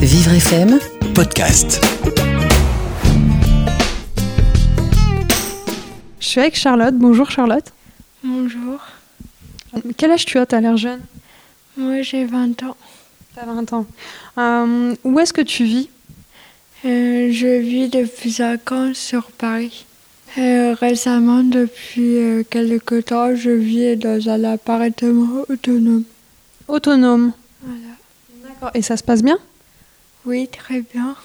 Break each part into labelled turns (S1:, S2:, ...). S1: Vivre FM,
S2: podcast.
S3: Je suis avec Charlotte. Bonjour Charlotte.
S4: Bonjour,
S3: Quel âge tu as T'as l'air jeune.
S4: moi j'ai 20 ans.
S3: T'as 20 ans. Euh, où est-ce que tu vis
S4: Euh, je vis depuis 5 ans sur Paris. Euh, récemment, depuis euh, quelque temps, je vis dans un appartement autonome.
S3: Autonome.
S4: Voilà.
S3: D'accord. Et ça se passe bien
S4: Oui, très bien.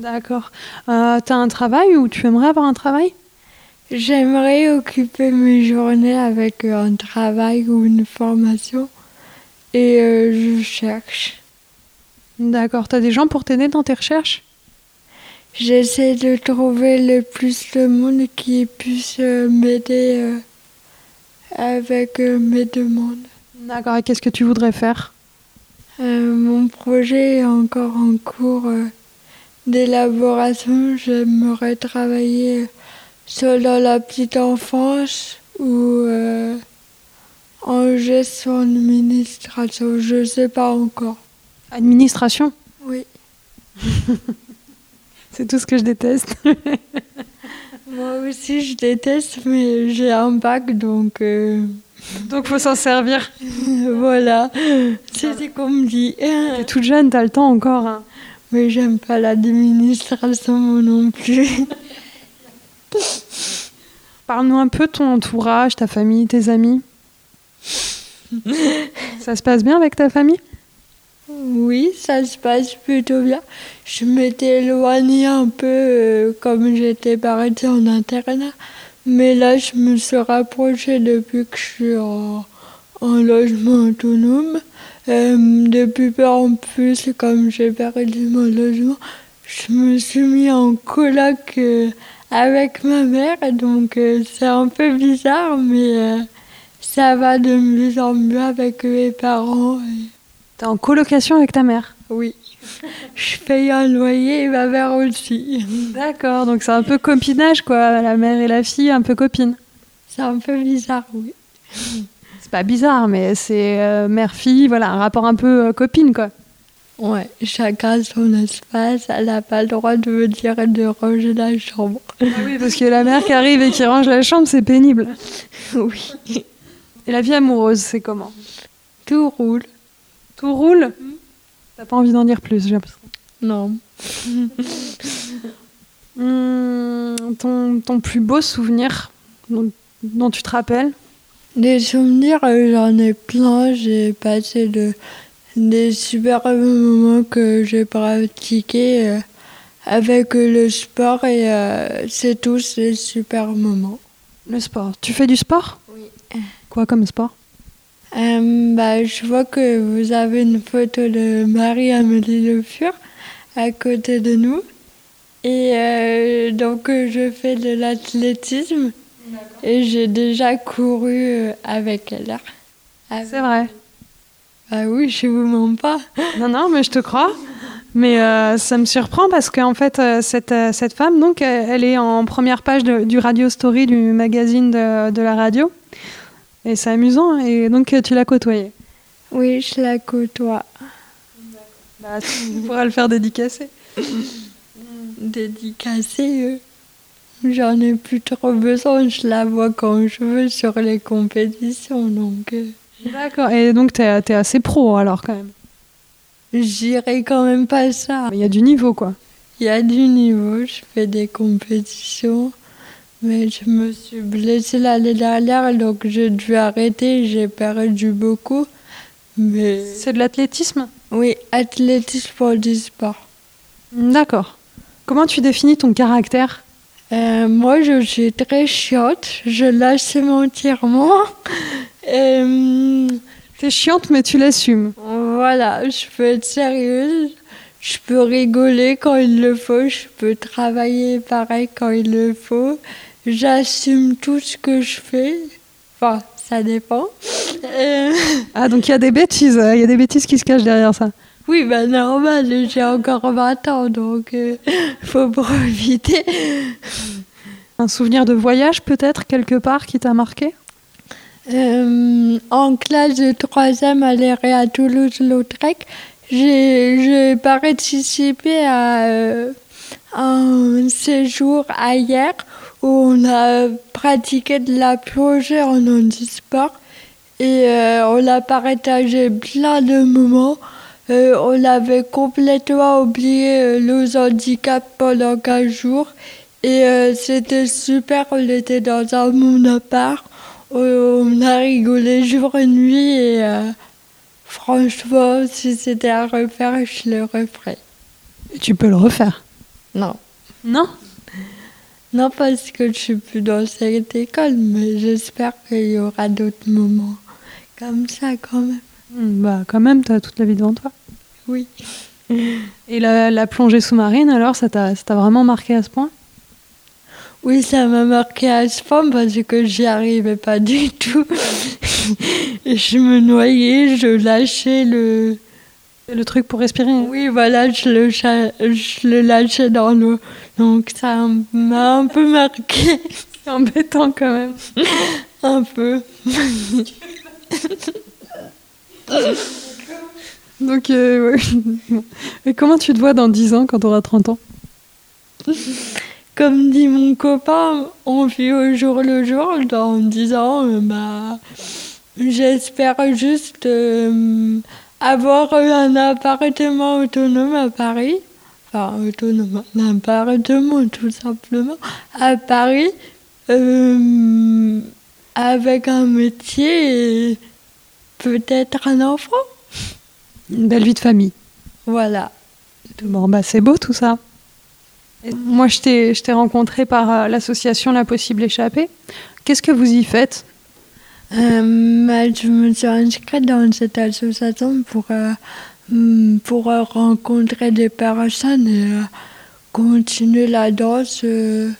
S3: D'accord. Euh, T'as un travail ou tu aimerais avoir un travail
S4: J'aimerais occuper mes journées avec euh, un travail ou une formation et euh, je cherche.
S3: D'accord. T'as des gens pour t'aider dans tes recherches
S4: J'essaie de trouver le plus de monde qui puisse euh, m'aider euh, avec euh, mes demandes.
S3: D'accord. Et qu'est-ce que tu voudrais faire
S4: Euh, mon projet est encore en cours euh, d'élaboration. J'aimerais travailler sur dans la petite enfance ou euh, en gestion administration. Je ne sais pas encore.
S3: Administration.
S4: Oui,
S3: C'est tout ce que je déteste.
S4: moi aussi je déteste, mais j'ai un bac donc euh,
S3: Donc faut s'en servir.
S4: voilà. C'est ce qu'on me dit.
S3: T'es toute jeune, t'as le temps encore. hein.
S4: Mais j'aime pas l'administration moi non plus.
S3: Parle-nous un peu de ton entourage, ta famille, tes amis. ça se passe bien avec ta famille
S4: Oui, ça se passe plutôt bien. Je m'étais éloignée un peu euh, comme j'étais partie en internat. Mais là, je me suis rapprochée depuis que je suis en, en logement autonome. Euh, depuis peu en plus, comme j'ai perdu mon logement, je me suis mis en coloc euh, avec ma mère. Donc euh, c'est un peu bizarre, mais euh, ça va de mieux en mieux avec mes parents. euh, et-
S3: T'es en colocation avec ta mère.
S4: oui. Je paye un loyer et ma mère aussi.
S3: D'accord, donc c'est un peu copinage, quoi. La mère et la fille, un peu copines.
S4: C'est un peu bizarre, oui.
S3: C'est pas bizarre, mais c'est euh, mère-fille, voilà, un rapport un peu euh, copine, quoi.
S4: Ouais, chacun son espace, elle n'a pas le droit de me dire de ranger la chambre.
S3: Ah oui, parce que la mère qui arrive et qui range la chambre, c'est pénible.
S4: Oui.
S3: Et la vie amoureuse, c'est comment
S4: Tout roule.
S3: Tout roule T'as pas envie d'en dire plus, j'ai l'impression.
S4: Non.
S3: Hum, ton, ton plus beau souvenir dont, dont tu te rappelles
S4: Des souvenirs, euh, j'en ai plein. J'ai passé de, des super moments que j'ai pratiqués euh, avec euh, le sport et euh, c'est tous des super moments.
S3: Le sport. Tu fais du sport Oui. Quoi comme sport
S4: Euh, bah, je vois que vous avez une photo de Marie-Amélie Le Fur à côté de nous. Et euh, donc, euh, je fais de l'athlétisme et j'ai déjà couru euh, avec elle. Ah,
S3: C'est vrai.
S4: bah oui, je vous mens pas.
S3: Non, non, mais je te crois. Mais euh, ça me surprend parce qu'en fait, euh, cette, euh, cette femme, donc, elle, elle est en première page de- du Radio Story du magazine de, de la radio. Et c'est amusant. Et donc, euh, tu l'as côtoyée.
S4: Oui, je la côtoie.
S3: Bah, tu pourras le faire dédicacer.
S4: Dédicacée. euh. J'en ai plus trop besoin, je la vois quand je veux sur les compétitions. Donc, euh,
S3: D'accord. Et donc, t'es es assez pro alors, quand même.
S4: j'irai quand même pas ça.
S3: Mais Il y a du niveau, quoi.
S4: Il y a du niveau, je fais des compétitions, mais je me suis blessée l'année dernière, donc j'ai dû arrêter, j'ai perdu beaucoup. Mais
S3: C'est de l'athlétisme
S4: oui, athlétisme pour du sport.
S3: D'accord. Comment tu définis ton caractère
S4: Euh, moi, je suis très chiante, je lâche mon tirement. Euh,
S3: T'es chiante, mais tu l'assumes.
S4: voilà, je peux être sérieuse, je peux rigoler quand il le faut, je peux travailler pareil quand il le faut. J'assume tout ce que je fais. Enfin, ça dépend. Euh,
S3: Ah, donc il y a des bêtises, euh, il y a des bêtises qui se cachent derrière ça.
S4: oui, bah normal, j'ai encore 20 ans, donc euh, faut profiter.
S3: Un souvenir de voyage peut-être quelque part qui t'a marqué
S4: Euh, en classe de troisième, aller à Toulouse-Lautrec, J'ai j'ai participé à euh, un séjour à hier où on a pratiqué de la plongée en handisport et euh, on a partagé plein de moments. Euh, on avait complètement oublié euh, nos handicaps pendant 15 jours et euh, c'était super, on était dans un monde à part. On, Euh, on a rigolé jour et nuit et euh, franchement, si c'était à refaire, je le referais.
S3: Tu peux le refaire.
S4: Non.
S3: Non
S4: Non, parce que je suis plus dans cette école, mais j'espère qu'il y aura d'autres moments comme ça quand même.
S3: Hmm, Bah quand même, t'as toute la vie devant toi.
S4: Oui.
S3: Et la, la plongée sous-marine, alors, ça t'a ça t'a vraiment marqué à ce point
S4: Oui, ça m'a marqué à ce point parce que j'y arrivais pas du tout. Et je me noyais, je lâchais le.
S3: Le truc pour respirer hein,
S4: Oui, voilà, je le, cha- je le lâchais dans l'eau. Donc ça m'a un peu marqué.
S3: C'est embêtant quand même.
S4: Un peu.
S3: Donc, euh, ouais. Bon. Et comment tu te vois dans 10 ans quand t'auras 30 ans
S4: Comme dit mon copain, on vit au jour le jour en disant euh, bah, j'espère juste euh, avoir un appartement autonome à Paris. Enfin, autonome, un appartement tout simplement à Paris euh, avec un métier et peut-être un enfant.
S3: Une belle vie de famille.
S4: Voilà.
S3: Bon, bah, c'est beau tout ça. Et moi, je t'ai je t'ai rencontré par euh, l'association La Possible Échappée. Qu'est-ce que vous y faites
S4: Euh, bah, je me suis inscrite dans cette association pour, euh, hmm, pour euh, rencontrer des personnes et euh, continuer la danse euh,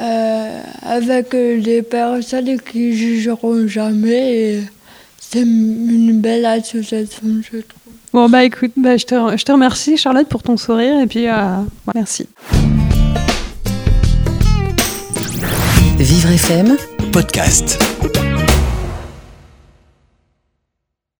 S4: euh, avec euh, des personnes qui jugeront jamais. et C'est une belle association, je trouve.
S3: Bon, bah, écoute, bah, je, te, re- je te remercie, Charlotte, pour ton sourire. Et puis, euh, ouais, merci.
S1: Vivre FM.
S2: podcast.